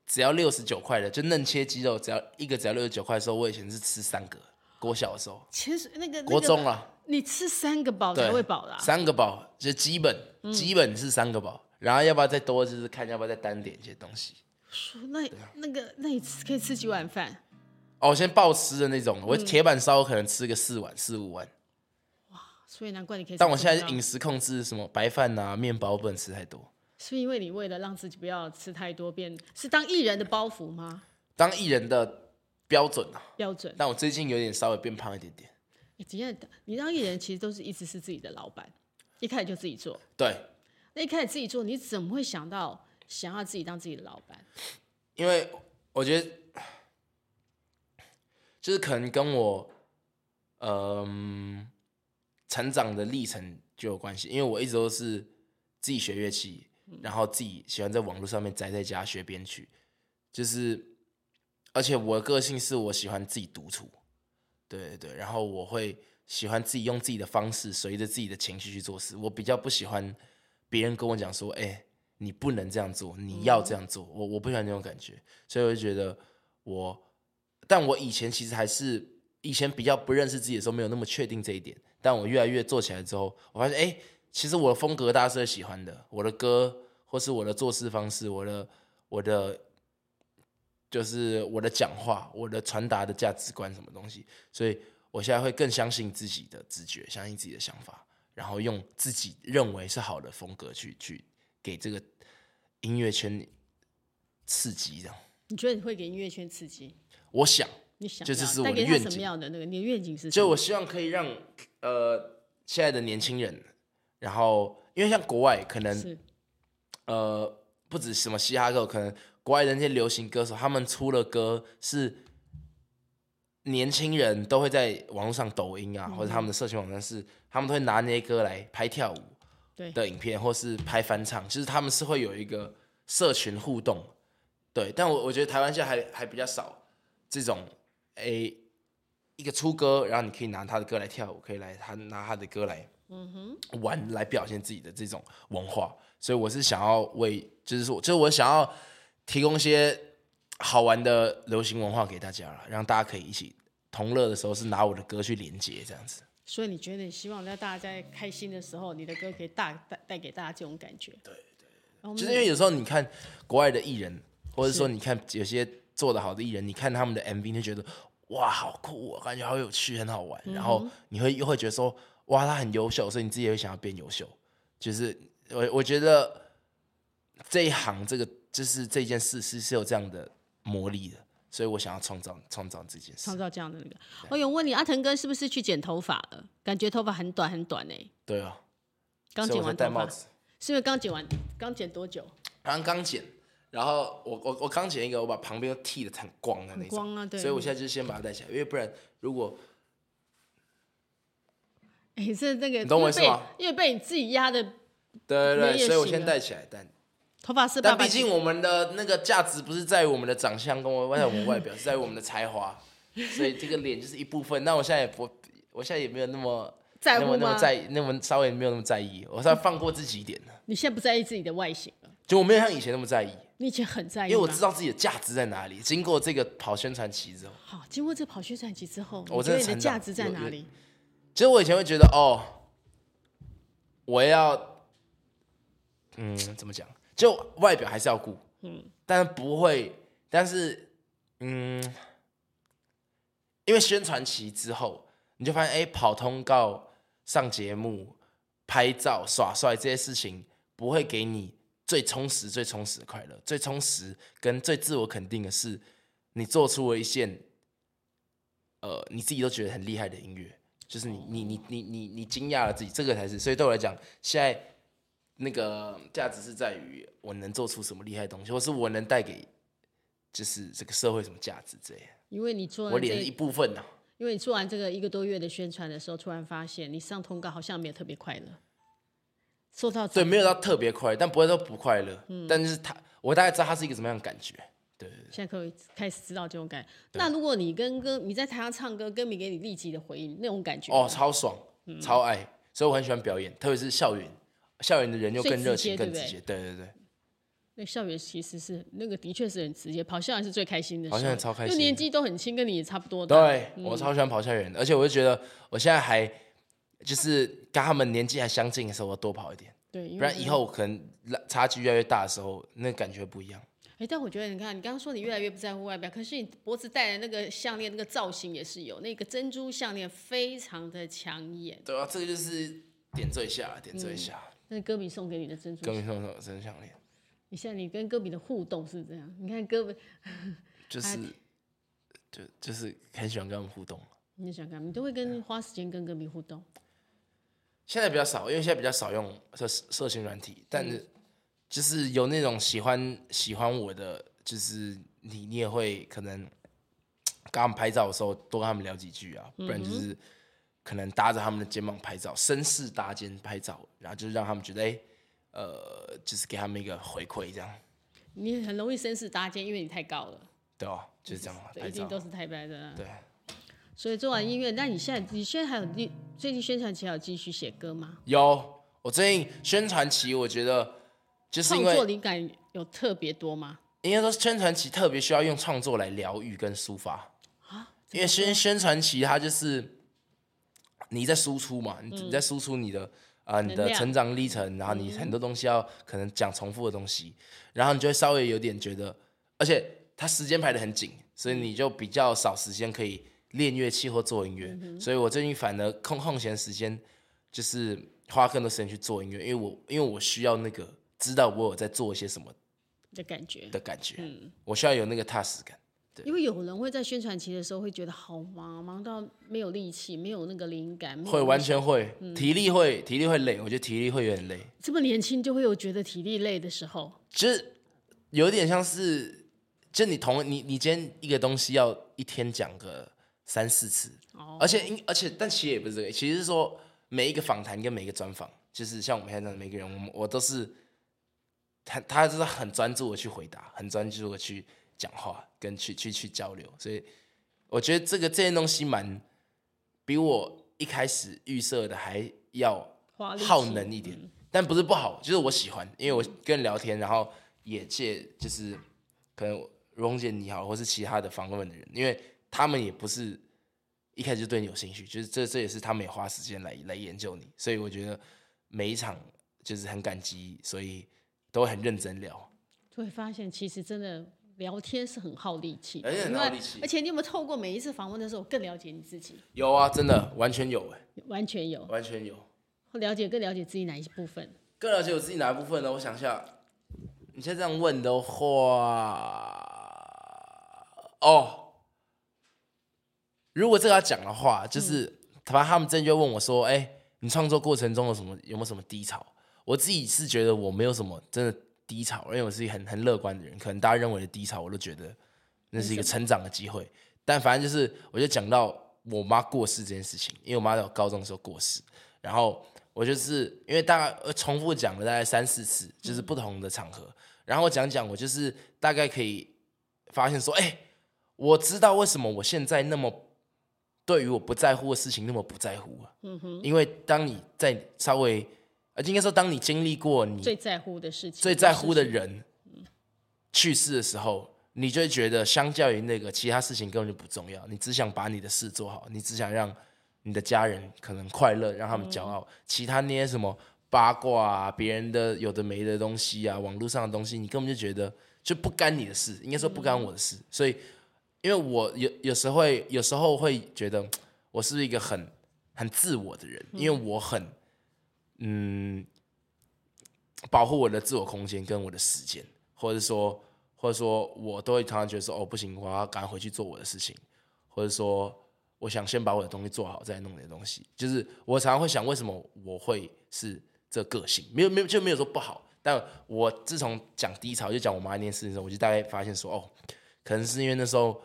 Speaker 1: 只要六十九块的，就嫩切鸡肉，只要一个只要六十九块的时候，我以前是吃三个。国小的时候，
Speaker 2: 其实那个
Speaker 1: 国中，
Speaker 2: 那个
Speaker 1: 啊，
Speaker 2: 你吃三个饱
Speaker 1: 对，
Speaker 2: 才会饱啊嗯啦。
Speaker 1: 三个堡就基本、基本是三个堡，然后要不要再多就是看要不要再单点一些东西。
Speaker 2: 说那
Speaker 1: 啊
Speaker 2: 那个那你吃可以吃几碗饭？
Speaker 1: 哦，我先暴吃的那种，
Speaker 2: 嗯
Speaker 1: 我铁板烧可能吃个四碗四五碗，
Speaker 2: 所以难怪你可以。
Speaker 1: 但我现在饮，食控制，什么白饭啊、面包不能吃太多。
Speaker 2: 是因为你为了让自己不要吃太多，变是当艺人的包袱吗？
Speaker 1: 当艺人的标准啊，
Speaker 2: 标准？
Speaker 1: 但我最近有点稍微变胖一点点。
Speaker 2: 你今天你当艺人其实都是一直是自己的老板，一开始就自己做。
Speaker 1: 对，
Speaker 2: 那一开始自己做，你怎么会想到想要自己当自己的老板？
Speaker 1: 因为我觉得就是可能跟我嗯、成长的历程就有关系，因为我一直都是自己学乐器，然后自己喜欢在网络上面宅在家学编曲，就是而且我的个性是我喜欢自己独处，对对对，然后我会喜欢自己用自己的方式，随着自己的情绪去做事，我比较不喜欢别人跟我讲说，哎、你不能这样做，你要这样做，我我不喜欢那种感觉，所以我就觉得我，但我以前其实还是以前比较不认识自己的时候，没有那么确定这一点，但我越来越做起来之后，我发现，哎、其实我的风格大家是会喜欢的，我的歌或是我的做事方式，我的我的。就是我的讲话，我的传达的价值观什么东西，所以我现在会更相信自己的直觉，相信自己的想法，然后用自己认为是好的风格去去给这个音乐圈刺激。这样，
Speaker 2: 你觉得你会给音乐圈刺激？
Speaker 1: 我想，
Speaker 2: 你想
Speaker 1: 这
Speaker 2: 要
Speaker 1: 就是我
Speaker 2: 带
Speaker 1: 的
Speaker 2: 给他
Speaker 1: 愿
Speaker 2: 什么
Speaker 1: 景
Speaker 2: 样的那个？你的愿景是什
Speaker 1: 就
Speaker 2: 么？
Speaker 1: 我希望可以让呃现在的年轻人，然后因为像国外可能
Speaker 2: 是
Speaker 1: 呃，不止什么嘻哈歌，可能国外的那些流行歌手，他们出了歌是年轻人都会在网络上抖音啊，或者他们的社群网站是，他们都会拿那些歌来拍跳舞
Speaker 2: 对
Speaker 1: 的影片，或是拍翻唱，就是他们是会有一个社群互动。对，但我我觉得台湾现在还还比较少这种诶、一个出歌，然后你可以拿他的歌来跳舞，可以来他拿他的歌来玩来表现自己的这种文化，所以我是想要为，就是说，就是我想要提供一些好玩的流行文化给大家了，让大家可以一起同乐的时候是拿我的歌去连接这样子。
Speaker 2: 所以你觉得你希望在大家在开心的时候，你的歌可以大带带给大家这种感觉？对对，
Speaker 1: 就是因为有时候你看国外的艺人，或者说你看有些做的好的艺人，你看他们的 MV 你就觉得哇好酷、哦，感觉好有趣，很好玩，然
Speaker 2: 嗯
Speaker 1: 后你会又会觉得说哇他很优秀，所以你自己也会想要变优秀。就是我我觉得这一行这个就是这件事是是有这样的魔力的，所以我想要创造创造这件事
Speaker 2: 创。造这样的那个。我有问你，阿腾哥是不是去剪头发了？感觉头发很短很短哎、
Speaker 1: 对啊，
Speaker 2: 刚
Speaker 1: 所以我
Speaker 2: 剪
Speaker 1: 才
Speaker 2: 完
Speaker 1: 戴
Speaker 2: 头
Speaker 1: 帽
Speaker 2: 发，
Speaker 1: 子，
Speaker 2: 是因为刚剪完，刚剪多久？
Speaker 1: 然后刚剪。然后我我我刚剪一个，我把旁边都剃的很光的那
Speaker 2: 很
Speaker 1: 种，
Speaker 2: 光啊，对。
Speaker 1: 所以我现在就是先把它戴起来，因为不然如果
Speaker 2: 哎，这那个，
Speaker 1: 你懂我意思
Speaker 2: 因为
Speaker 1: 吗
Speaker 2: 被因为被你自己压的
Speaker 1: 对对
Speaker 2: 没
Speaker 1: 对，
Speaker 2: 有
Speaker 1: 所以我
Speaker 2: 型
Speaker 1: 先
Speaker 2: 了
Speaker 1: 戴起来，但
Speaker 2: 头发是爸
Speaker 1: 但
Speaker 2: 爸
Speaker 1: 毕竟我们的那个价值不是在于我们的长相跟我在我们外表，是在于我们的才华，所以这个脸就是一部分。那我现在也不，我现在也没有那么
Speaker 2: 在
Speaker 1: 那
Speaker 2: 乎
Speaker 1: 么那么
Speaker 2: 吗？
Speaker 1: 在意，那么稍微没有那么在意，我稍微放过自己一点了，
Speaker 2: 你现在不在意自己的外形了，
Speaker 1: 就我没有像以前那么在意，
Speaker 2: 你以前很在意
Speaker 1: 因为我
Speaker 2: 吧
Speaker 1: 知道自己的价值在哪里。经过这个跑宣传期之后，
Speaker 2: 好，经过这跑宣传期之后，
Speaker 1: 我
Speaker 2: 你觉
Speaker 1: 真
Speaker 2: 得
Speaker 1: 的
Speaker 2: 你的
Speaker 1: 成
Speaker 2: 价
Speaker 1: 长
Speaker 2: 值在
Speaker 1: 有
Speaker 2: 哪
Speaker 1: 有
Speaker 2: 里？
Speaker 1: 其实我以前会觉得哦，我要，嗯，怎么讲？就外表还是要顾，嗯，但不会，但是，嗯，因为宣传期之后，你就发现，哎，跑通告、上节目、拍照、耍帅这些事情，不会给你最充实、最充实的快乐。最充实跟最自我肯定的是，你做出了一件，呃，你自己都觉得很厉害的音乐，就是你、你、你、你、你、你惊讶了自己，这个才是。所以对我来讲，现在那个价值是在于我能做出什么厉害的东西，或是我能带给。就是这个社会什么价值之类的，
Speaker 2: 因为你做
Speaker 1: 我
Speaker 2: 完这
Speaker 1: 脸一部分呐、啊
Speaker 2: 因为你做完这个一个多月的宣传的时候，突然发现你上通告好像没有特别快乐，受到嗯
Speaker 1: 对，没有到特别快乐，但不会说不快乐，但就是他，我大概知道他是一个什么样的感觉，对对对，
Speaker 2: 现在可以开始知道这种感觉。那如果你跟歌你在台上唱歌，歌迷给你立即的回应，那种感觉
Speaker 1: 哦，超爽，
Speaker 2: 嗯
Speaker 1: 超爱，所以我很喜欢表演，特别是校园，校园的人又
Speaker 2: 最
Speaker 1: 更热
Speaker 2: 直接
Speaker 1: 情，更
Speaker 2: 对不
Speaker 1: 直
Speaker 2: 对
Speaker 1: 接，对对对。
Speaker 2: 那校园其实是那个，的确是很直接。跑校园是最开心的时候，
Speaker 1: 跑校园超开心的
Speaker 2: 因为年纪都很轻，跟你也差不多大。
Speaker 1: 对，我超喜欢跑校园的，而且我就觉得我现在还就是跟他们年纪还相近的时候，我多跑一点，
Speaker 2: 对，因
Speaker 1: 不
Speaker 2: 为
Speaker 1: 然以后可能拉差距越来越大的时候，那感觉不一样。
Speaker 2: 哎，但我觉得你看，你刚刚说你越来越不在乎外表，可是你脖子戴的那个项链，那个造型也是有，那个珍珠项链非常的抢眼。
Speaker 1: 对啊，这个就是点缀一下，点缀一下，
Speaker 2: 那歌迷送给你的珍珠
Speaker 1: 跟你说说真项链，
Speaker 2: 你现在你跟歌迷的互动是这样，你看歌迷，
Speaker 1: 就是就就是很喜欢跟他们互动。
Speaker 2: 你想看，你都会跟花时间跟歌迷互动，
Speaker 1: 现在比较少，因为现在比较少用社社群软体，但
Speaker 2: 嗯
Speaker 1: 是就是有那种喜欢喜欢我的，就是你你也会可能跟他们拍照的时候多跟他们聊几句啊，不然
Speaker 2: 嗯
Speaker 1: 就是可能搭着他们的肩膀拍照，绅士搭肩拍照，然后就是让他们觉得哎、呃，就是给他们一个回馈这样，
Speaker 2: 你很容易绅士搭肩，因为你太高了，
Speaker 1: 对吧？就是这样嘛，
Speaker 2: 对
Speaker 1: 拍
Speaker 2: 嗯一定
Speaker 1: 照
Speaker 2: 都是太白的啦。
Speaker 1: 啊
Speaker 2: 啊
Speaker 1: 对。
Speaker 2: 所以做完音乐，那你现在你现在还有你最近宣传期还有继续写歌吗？
Speaker 1: 有我最近宣传期，我觉得就是
Speaker 2: 创
Speaker 1: 因为
Speaker 2: 作灵感有特别多吗？
Speaker 1: 应该说宣传期特别需要用创作来疗愈跟抒发。
Speaker 2: 啊，
Speaker 1: 因为宣宣传期它就是你在输出嘛，你你在输出你的啊、呃你
Speaker 2: 嗯能
Speaker 1: 的
Speaker 2: 量
Speaker 1: 成长历程，然后你很多东西要可能讲重复的东西，然后你就会稍微有点觉得，而且它时间排的很紧，所以你就比较少时间可以练乐器或做音乐，
Speaker 2: 嗯
Speaker 1: 所以我最近反而空空闲时间就是花更多时间去做音乐，因为我因为我需要那个知道我有在做一些什么
Speaker 2: 的感觉，
Speaker 1: 的感觉，
Speaker 2: 嗯
Speaker 1: 我需要有那个踏实感。
Speaker 2: 因为有人会在宣传期的时候会觉得好忙，忙到没有力气，没有那个嗯灵感，没有
Speaker 1: 会完全会，体力会体力会累，我觉得体力会有点累，
Speaker 2: 这么年轻就会有觉得体力累的时候，
Speaker 1: 就是有点像是，就你同你你今天一个东西要一天讲个三四次，
Speaker 2: 哦
Speaker 1: 而且因而且但其实也不是这个，其实是说每一个访谈跟每一个专访，就是像我们现在这样的每个人，我们我都是他他就是很专注的去回答，很专注的去讲话跟去去去交流，所以我觉得这个这件东西蛮比我一开始预设的还要
Speaker 2: 花力气嗯
Speaker 1: 耗能一点，但不是不好，就是我喜欢，因为我跟人聊天，然后也借就是可能荣姐你好，或是其他的访问的人，因为他们也不是一开始就对你有兴趣，就是这这也是他们也花时间来来研究你，所以我觉得每一场就是很感激，所以都会很认真聊。
Speaker 2: 就会发现其实真的聊天是很耗力气的，
Speaker 1: 而且哎很
Speaker 2: 因为
Speaker 1: 耗力气
Speaker 2: 而且你有没有透过每一次访问的时候更了解你自己？
Speaker 1: 有啊，真的完全有哎、
Speaker 2: 完全有
Speaker 1: 完全有。
Speaker 2: 了解，更了解自己哪一部分？
Speaker 1: 更了解我自己哪一部分呢？我想一下，你现在这样问的话，哦，如果这个要讲的话，就是、反正他们真就问我说：“哎、你创作过程中有什么有没有什么低潮？”我自己是觉得我没有什么真的低潮，因为我是一个很很乐观的人，可能大家认为的低潮，我都觉得那是一个成长的机会。但反正就是，我就讲到我妈过世这件事情，因为我妈在我高中的时候过世，然后我就是因为大概呃重复讲了大概三四次，就是不同的场合，然后我讲讲，我就是大概可以发现说，哎、我知道为什么我现在那么对于我不在乎的事情那么不在乎啊，嗯哼，因为当你在稍微，呃，应该说当你经历过你
Speaker 2: 最在乎的事情，
Speaker 1: 最在乎的人去世的时候，你就会觉得，相较于那个其他事情根本就不重要，你只想把你的事做好，你只想让你的家人可能快乐，让他们骄傲，其他那些什么八卦啊、别人的有的没的东西啊、网络上的东西，你根本就觉得就不干你的事，应该说不干我的事。所以，因为我有有时候会有时候会觉得我是一个很很自我的人，因为我很嗯保护我的自我空间跟我的时间，或者说，或者说我都会常常觉得说，哦，不行，我要赶快回去做我的事情，或者说，我想先把我的东西做好，再来弄你的东西。就是我常常会想，为什么我会是这个性？没有，没有，就没有说不好。但我自从讲低潮，就讲我妈那件事情的时候，我就大概发现说，哦，可能是因为那时候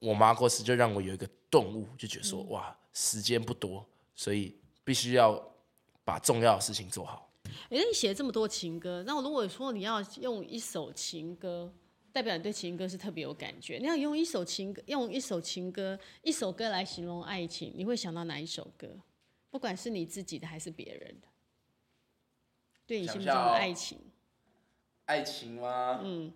Speaker 1: 我妈过世，就让我有一个顿悟，就觉得说，哇，时间不多，所以必须要把重要的事情做好。
Speaker 2: 哎，那你写了这么多情歌，那如果说你要用一首情歌代表你对情歌是特别有感觉。你要用一首情歌，用一首情歌，一首歌来形容爱情，你会想到哪一首歌？不管是你自己的还是别人的，对你心目
Speaker 1: 想一
Speaker 2: 中的
Speaker 1: 下哦
Speaker 2: 爱情，
Speaker 1: 爱情吗？嗯，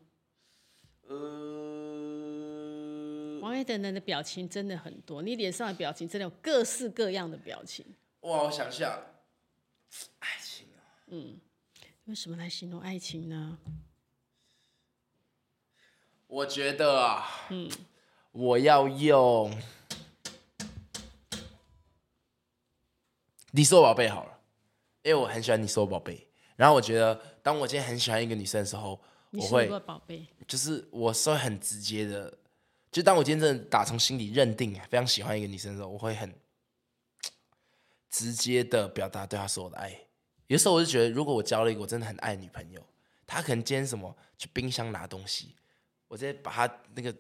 Speaker 1: 呃，
Speaker 2: 王岳等等的表情真的很多，你脸上的表情真的有各式各样的表情。
Speaker 1: 哇，我想一下，爱情啊，
Speaker 2: 用什么来形容爱情呢？
Speaker 1: 我觉得啊，嗯，我要用《你是我宝贝》好了，因为我很喜欢《你是我宝贝》。然后我觉得，当我今天很喜欢一个女生的时候，
Speaker 2: 你
Speaker 1: 我
Speaker 2: 是我
Speaker 1: 会
Speaker 2: 的宝贝，
Speaker 1: 就是我是会很直接的，就当我今天真的打从心里认定非常喜欢一个女生的时候，我会很直接的表达对她说我的爱。有时候我就觉得，如果我交了一个我真的很爱的女朋友，她可能今天什么去冰箱拿东西，我直接把她那个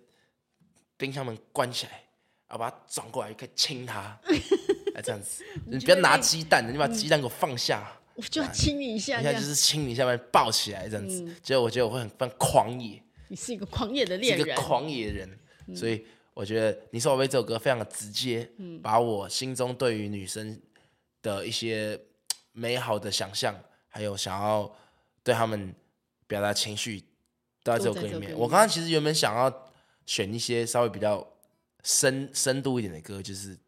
Speaker 1: 冰箱门关起来，然后把她转过来，可以亲 她，哎这样子，你不要拿鸡蛋的，你把嗯啊鸡蛋给我放下。
Speaker 2: 我就要亲你一下，
Speaker 1: 一
Speaker 2: 这
Speaker 1: 下就
Speaker 2: 样。
Speaker 1: 是亲你一下，把你抱起来这样子，结果我觉得我会很非常狂野，
Speaker 2: 你是一个狂野的
Speaker 1: 是
Speaker 2: 恋
Speaker 1: 一个
Speaker 2: 人，嗯
Speaker 1: 狂野人，所以我觉得《你是我宝贝》这首歌非常的直接，
Speaker 2: 嗯
Speaker 1: 把我心中对于女生的一些嘖美好的想象，还有想要对他们表达情绪，都在这首歌里
Speaker 2: 都在这首歌里
Speaker 1: 面。
Speaker 2: 面
Speaker 1: 我刚刚其实原本想要选一些稍微比较深深度一点的歌，就是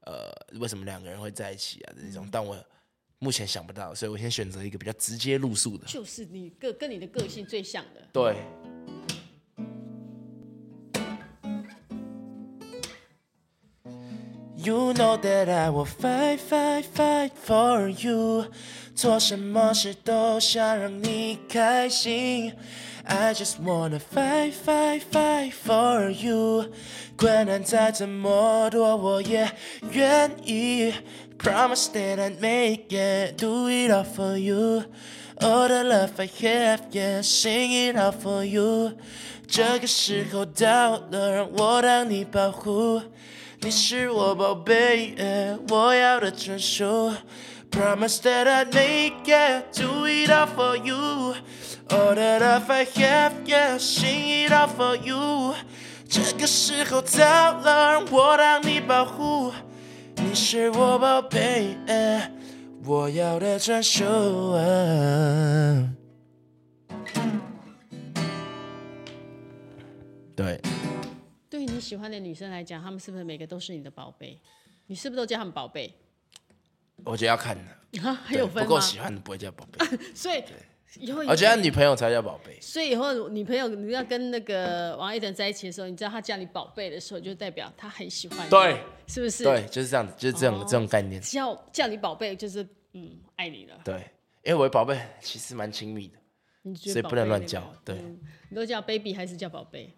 Speaker 1: 呃，为什么两个人会在一起啊这种，
Speaker 2: 嗯
Speaker 1: 但我目前想不到，所以我先选择一个比较直接路数的。
Speaker 2: 就是你个跟你的个性最像的。
Speaker 1: 对，You know that I will fight, fight, fight for you。做什么事都想让你开心。I just wanna fight, fight, fight for you。困难再怎么多，我也愿意。Promise that I'd make it, do it all for you. All the love I have, yeah, sing it all for you. 这个时候到了，让我当你保护。你是我宝贝，呃我要的专属。Promise that I'd make it, do it all for you. All that love I have, yeah, sing it all for you. 这个时候到了，让我当你保护。你是我宝贝，呃我要的专属。啊对。
Speaker 2: 对于你喜欢的女生来讲，她们是不是每个都是你的宝贝？你是不是都叫她们宝贝？
Speaker 1: 我觉得要看的，
Speaker 2: 啊，还
Speaker 1: 对
Speaker 2: 有分
Speaker 1: 不
Speaker 2: 吗？啊
Speaker 1: 够喜欢的不会叫宝贝，
Speaker 2: 所以以后，
Speaker 1: 我觉得女朋友才叫宝贝。
Speaker 2: 所以以后女朋友你要跟那个王一等在一起的时候，你知道她叫你宝贝的时候，就代表她很喜欢你，
Speaker 1: 对，
Speaker 2: 是不是？
Speaker 1: 对，，就是这样子，就是这
Speaker 2: 哦
Speaker 1: 种、这种概念。
Speaker 2: 只要叫你宝贝，就是嗯，爱你了。
Speaker 1: 对，因为我的宝贝其实蛮亲密的，
Speaker 2: 你觉得
Speaker 1: 所以
Speaker 2: 宝
Speaker 1: 不能
Speaker 2: 贝
Speaker 1: 乱
Speaker 2: 那个
Speaker 1: 叫对
Speaker 2: 嗯你都叫 baby 还是叫宝贝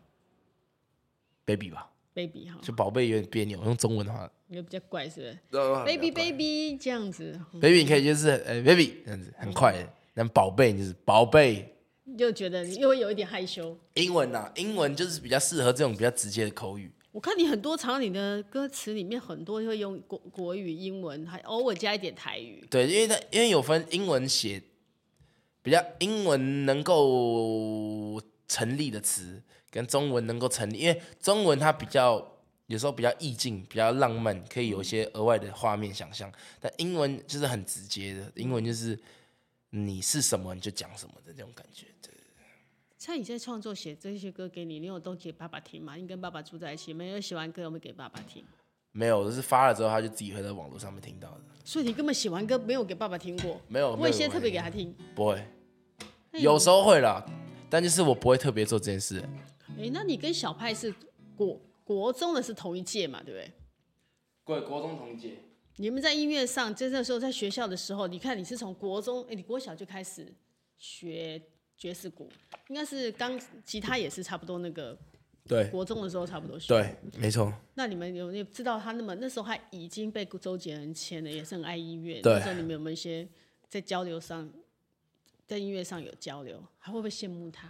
Speaker 1: baby 吧，
Speaker 2: ？baby 哈，
Speaker 1: 就宝贝有点别扭。用中文的话
Speaker 2: 你就比较怪是不是
Speaker 1: ，baby
Speaker 2: ？baby baby 这样子，
Speaker 1: baby，你可以就是呃 baby 这样子，很快的。但宝贝就是宝贝，
Speaker 2: 你就觉得你又会有一点害羞。
Speaker 1: 英文啊，英文就是比较适合这种比较直接的口语。
Speaker 2: 我看你很多常你的歌词里面很多会用国国语、英文，还偶尔加一点台语。
Speaker 1: 对，因为它因为有分英文写比较英文能够成立的词，跟中文能够成立，因为中文它比较有时候比较意境，比较浪漫，可以有一些额外的画面想象。但英文就是很直接的，英文就是你是什么你就讲什么的这种感觉。对，
Speaker 2: 像你在创作写这些歌给你，你有都给爸爸听吗？你跟爸爸住在一起，没有写完歌我们给爸爸听，
Speaker 1: 没有，就是发了之后他就自己会在网络上面听到的，
Speaker 2: 所以你根本写完歌没有给爸爸听过，
Speaker 1: 没有
Speaker 2: 我也
Speaker 1: 没
Speaker 2: 先
Speaker 1: 有
Speaker 2: 特别给他听。
Speaker 1: 不会。
Speaker 2: 那你
Speaker 1: 有时候会啦，但就是我不会特别做这件事。
Speaker 2: 哎，那你跟小派是国国中的是同一届嘛，对不对？
Speaker 1: 对，国中同届。
Speaker 2: 你们在音乐上，就那时候在学校的时候，你看你是从国中，哎，你国小就开始学爵士鼓，应该是钢吉他也是差不多那个
Speaker 1: 对
Speaker 2: 国中的时候差不多学。
Speaker 1: 对，没错。
Speaker 2: 那你们有没有知道他那么那时候他已经被周杰伦签了，也是很爱音乐。
Speaker 1: 对
Speaker 2: 那时候你们有没有一些在交流上，在音乐上有交流，还会不会羡慕他？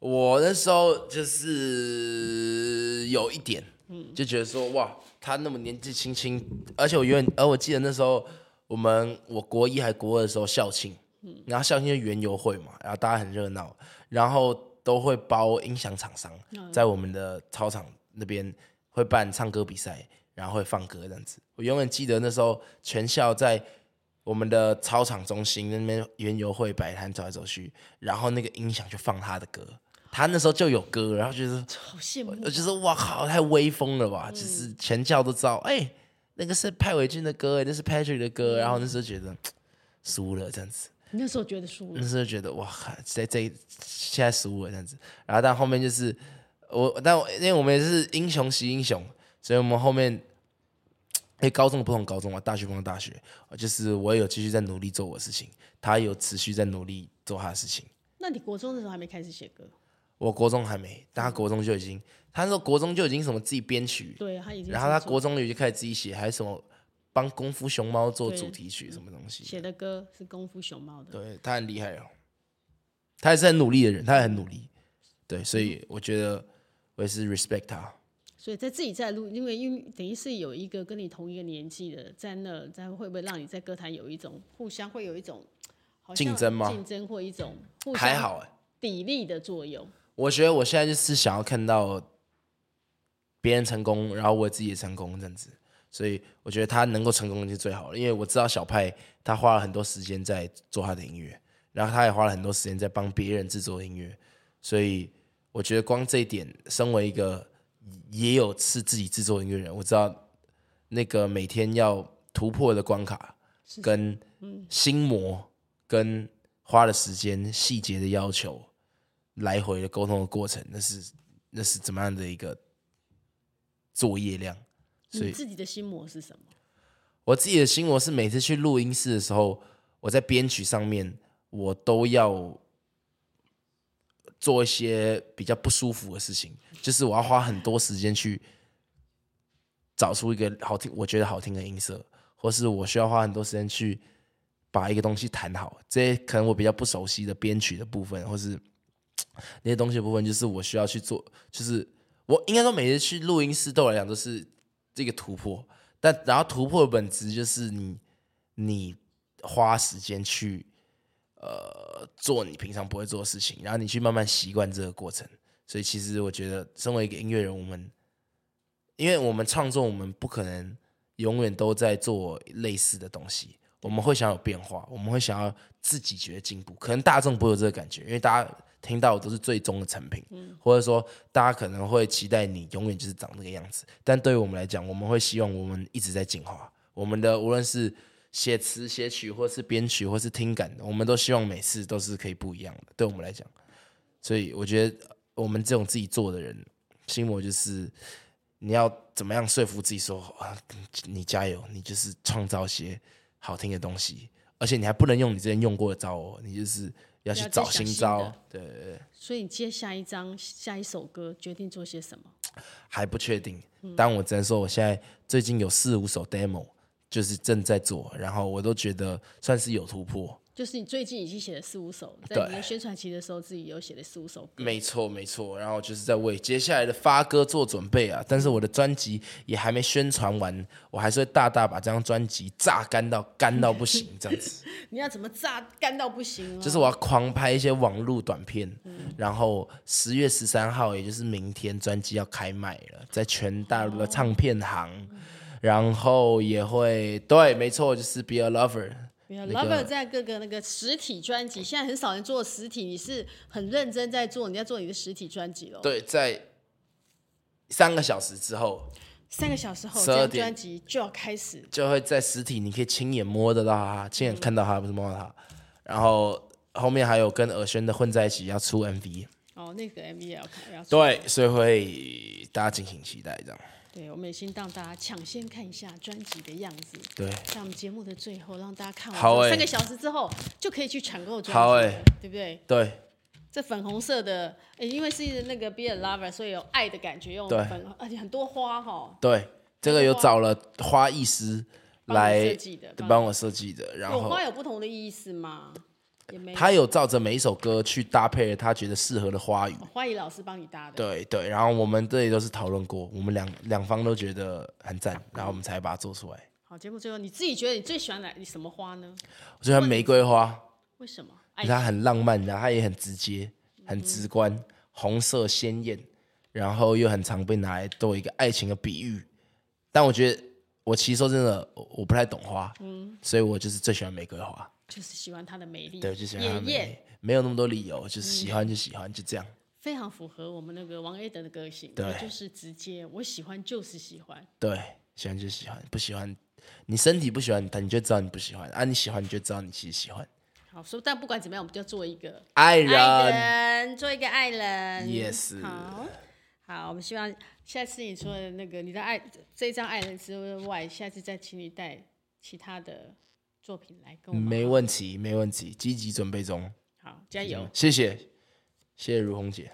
Speaker 1: 我那时候就是有一点，就觉得说哇，他那么年纪轻轻，而且我永远，而我记得那时候我们我国一还国二的时候校庆，然后校庆就园游会嘛，然后大家很热闹，然后都会包音响厂商，在我们的操场那边会办唱歌比赛，然后会放歌这样子。我永远记得那时候全校在我们的操场中心那边园游会摆摊走来走去，然后那个音响就放他的歌，他那时候就有歌，然后就是
Speaker 2: 好羡慕
Speaker 1: 我就是哇靠，太威风了吧！就是全校都知道，哎、那个是派伟俊的歌，哎那是 Patrick 的歌，然后那时候觉得输了这样子。
Speaker 2: 你那时候觉得输了
Speaker 1: 那时候觉得哇，这这现在输了这样子。然后但后面就是我，但我因为我们也是英雄惜英雄，所以我们后面。因为高中不同高中嘛，大学不同大学，就是我也有继续在努力做我的事情，他也有持续在努力做他的事情。
Speaker 2: 那你国中的时候还没开始写歌？
Speaker 1: 我国中还没，但他国中就已经，他那时候国中就已经什么自己编曲，
Speaker 2: 对，他已经
Speaker 1: 然后他
Speaker 2: 是
Speaker 1: 国中也就开始自己写，还什么帮功夫熊猫做
Speaker 2: 对
Speaker 1: 主题曲什么东西。
Speaker 2: 写的歌是功夫熊猫的，
Speaker 1: 对他很厉害哦，他也是很努力的人，他也很努力。对，所以我觉得我也是 respect 他。
Speaker 2: 所以在自己在录，因为因为等于是有一个跟你同一个年纪的在那，在会不会让你在歌坛有一种互相会有一种好像
Speaker 1: 竞争吗
Speaker 2: 竞争或一种互
Speaker 1: 还
Speaker 2: 相
Speaker 1: 好哎，
Speaker 2: 砥砺的作用。
Speaker 1: 我觉得我现在就是想要看到别人成功，然后我自己也成功这样子。所以我觉得他能够成功就是最好了，因为我知道小派他花了很多时间在做他的音乐，然后他也花了很多时间在帮别人制作音乐，所以我觉得光这一点，身为一个也有是自己制作音乐人，我知道那个每天要突破的关卡，跟心魔，跟花的时间、细节的要求，来回的沟通的过程，那是那是怎么样的一个作业量？所
Speaker 2: 你
Speaker 1: 以
Speaker 2: 自己的心魔是什么？
Speaker 1: 我自己的心魔是每次去录音室的时候，我在编曲上面我都要做一些比较不舒服的事情，就是我要花很多时间去找出一个好听，我觉得好听的音色，或是我需要花很多时间去把一个东西弹好。这些可能我比较不熟悉的编曲的部分，或是那些东西的部分，就是我需要去做，就是我应该说每次去录音室对我来讲都是这个突破，但然后突破的本质就是你你花时间去呃做你平常不会做的事情，然后你去慢慢习惯这个过程。所以其实我觉得，身为一个音乐人，我们因为我们创作，我们不可能永远都在做类似的东西，我们会想有变化，我们会想要自己觉得进步。可能大众不会有这个感觉，因为大家听到的都是最终的成品，或者说大家可能会期待你永远就是长那个样子。但对于我们来讲，我们会希望我们一直在进化，我们的无论是写词、写曲，或是编曲，或是听感，我们都希望每次都是可以不一样的。对我们来讲，所以我觉得呃我们这种自己做的人，心魔就是你要怎么样说服自己说啊，你加油，你就是创造一些好听的东西，而且你还不能用你之前用过的招哦，你就是要去
Speaker 2: 要再
Speaker 1: 找
Speaker 2: 想
Speaker 1: 新
Speaker 2: 新
Speaker 1: 招
Speaker 2: 的，
Speaker 1: 对对对，
Speaker 2: 所以你接下一张、下一首歌，决定做些什么？
Speaker 1: 还不确定。
Speaker 2: 嗯
Speaker 1: 但我只能说，我现在最近有四五首 demo，就是正在做，然后我都觉得算是有突破。
Speaker 2: 就是你最近已经写了四五首，在
Speaker 1: 对
Speaker 2: 你的宣传期的时候，自己有写了四五首歌。
Speaker 1: 没错，没错。然后就是在为接下来的发歌做准备啊，但是我的专辑也还没宣传完，我还是会大大把这张专辑榨干到干到不行这样子。
Speaker 2: 你要怎么榨干到不行啊？
Speaker 1: 就是我要狂拍一些网络短片，然后十月十三号，也就是明天，专辑要开卖了，在全大陆的唱片行，然后也会对，没错，就是 Be a Lover。
Speaker 2: 没有
Speaker 1: 那
Speaker 2: Lover
Speaker 1: 个
Speaker 2: 在各个那个实体专辑，现在很少人做实体，你是很认真在做，你在做你的实体专辑咯。
Speaker 1: 对，在三个小时之后，
Speaker 2: 三个小时后，
Speaker 1: 12
Speaker 2: 这张
Speaker 1: 点
Speaker 2: 专辑就要开始。
Speaker 1: 就会在实体，你可以亲眼摸得到它，亲眼看到它，不是摸到它。然后后面还有跟尔轩的混在一起要出 MV，
Speaker 2: 哦，那个 MV 也要看，要出
Speaker 1: 对，所以会大家敬请期待这样。
Speaker 2: 对，我们也先让大家抢先看一下专辑的样子。
Speaker 1: 对，
Speaker 2: 在我们节目的最后，让大家看完
Speaker 1: 好
Speaker 2: 这
Speaker 1: 欸
Speaker 2: 三个小时之后，就可以去抢购专辑了，
Speaker 1: 好欸
Speaker 2: 对不对？
Speaker 1: 对，
Speaker 2: 这粉红色的，诶因为是那个 Be a Lover，所以有爱的感觉，用
Speaker 1: 对
Speaker 2: 粉，而且很多花哈、
Speaker 1: 对，这个有找了花艺师
Speaker 2: 帮你
Speaker 1: 来
Speaker 2: 设计的
Speaker 1: 帮我设计的，然
Speaker 2: 有
Speaker 1: 后
Speaker 2: 花有不同的意思吗？也没有。
Speaker 1: 他有照着每一首歌去搭配了他觉得适合的花语。
Speaker 2: 花艺老师帮你搭的，
Speaker 1: 对对，然后我们这里都是讨论过，我们两两方都觉得很赞，然后我们才把它做出来。
Speaker 2: 好，节目最后你自己觉得你最喜欢哪你什么花呢？
Speaker 1: 我觉得玫瑰花，
Speaker 2: 为什么？爱嗯
Speaker 1: 它很浪漫，然后它也很直接，很直观，红色鲜艳，然后又很常被拿来做一个爱情的比喻。但我觉得我其实说真的，我我不太懂花，所以我就是最喜欢玫瑰花。
Speaker 2: 就是喜欢它的美丽，
Speaker 1: 对，我就喜欢它
Speaker 2: 嗯也嗯
Speaker 1: 的美
Speaker 2: 也
Speaker 1: 没有那么多理由，就是喜欢就喜欢，就这样。
Speaker 2: 非常符合我们那个王 A 的那个个性，
Speaker 1: 对
Speaker 2: 我就是直接，我喜欢就是喜欢，
Speaker 1: 对，喜欢就喜欢，不喜欢你身体不喜欢，但你就知道你不喜欢啊；你喜欢你就知道你其实喜欢。
Speaker 2: 好，所以但不管怎么样，我们就要做一个
Speaker 1: 爱人，
Speaker 2: 爱人，做一个爱人。
Speaker 1: Yes
Speaker 2: 好，好，我们希望下次你除了那个你的爱这张爱人之外，下次再请你带其他的作品来跟我们。
Speaker 1: 没问题，没问题，积极准备中。
Speaker 2: 好，加油。
Speaker 1: 谢谢，谢谢如红姐。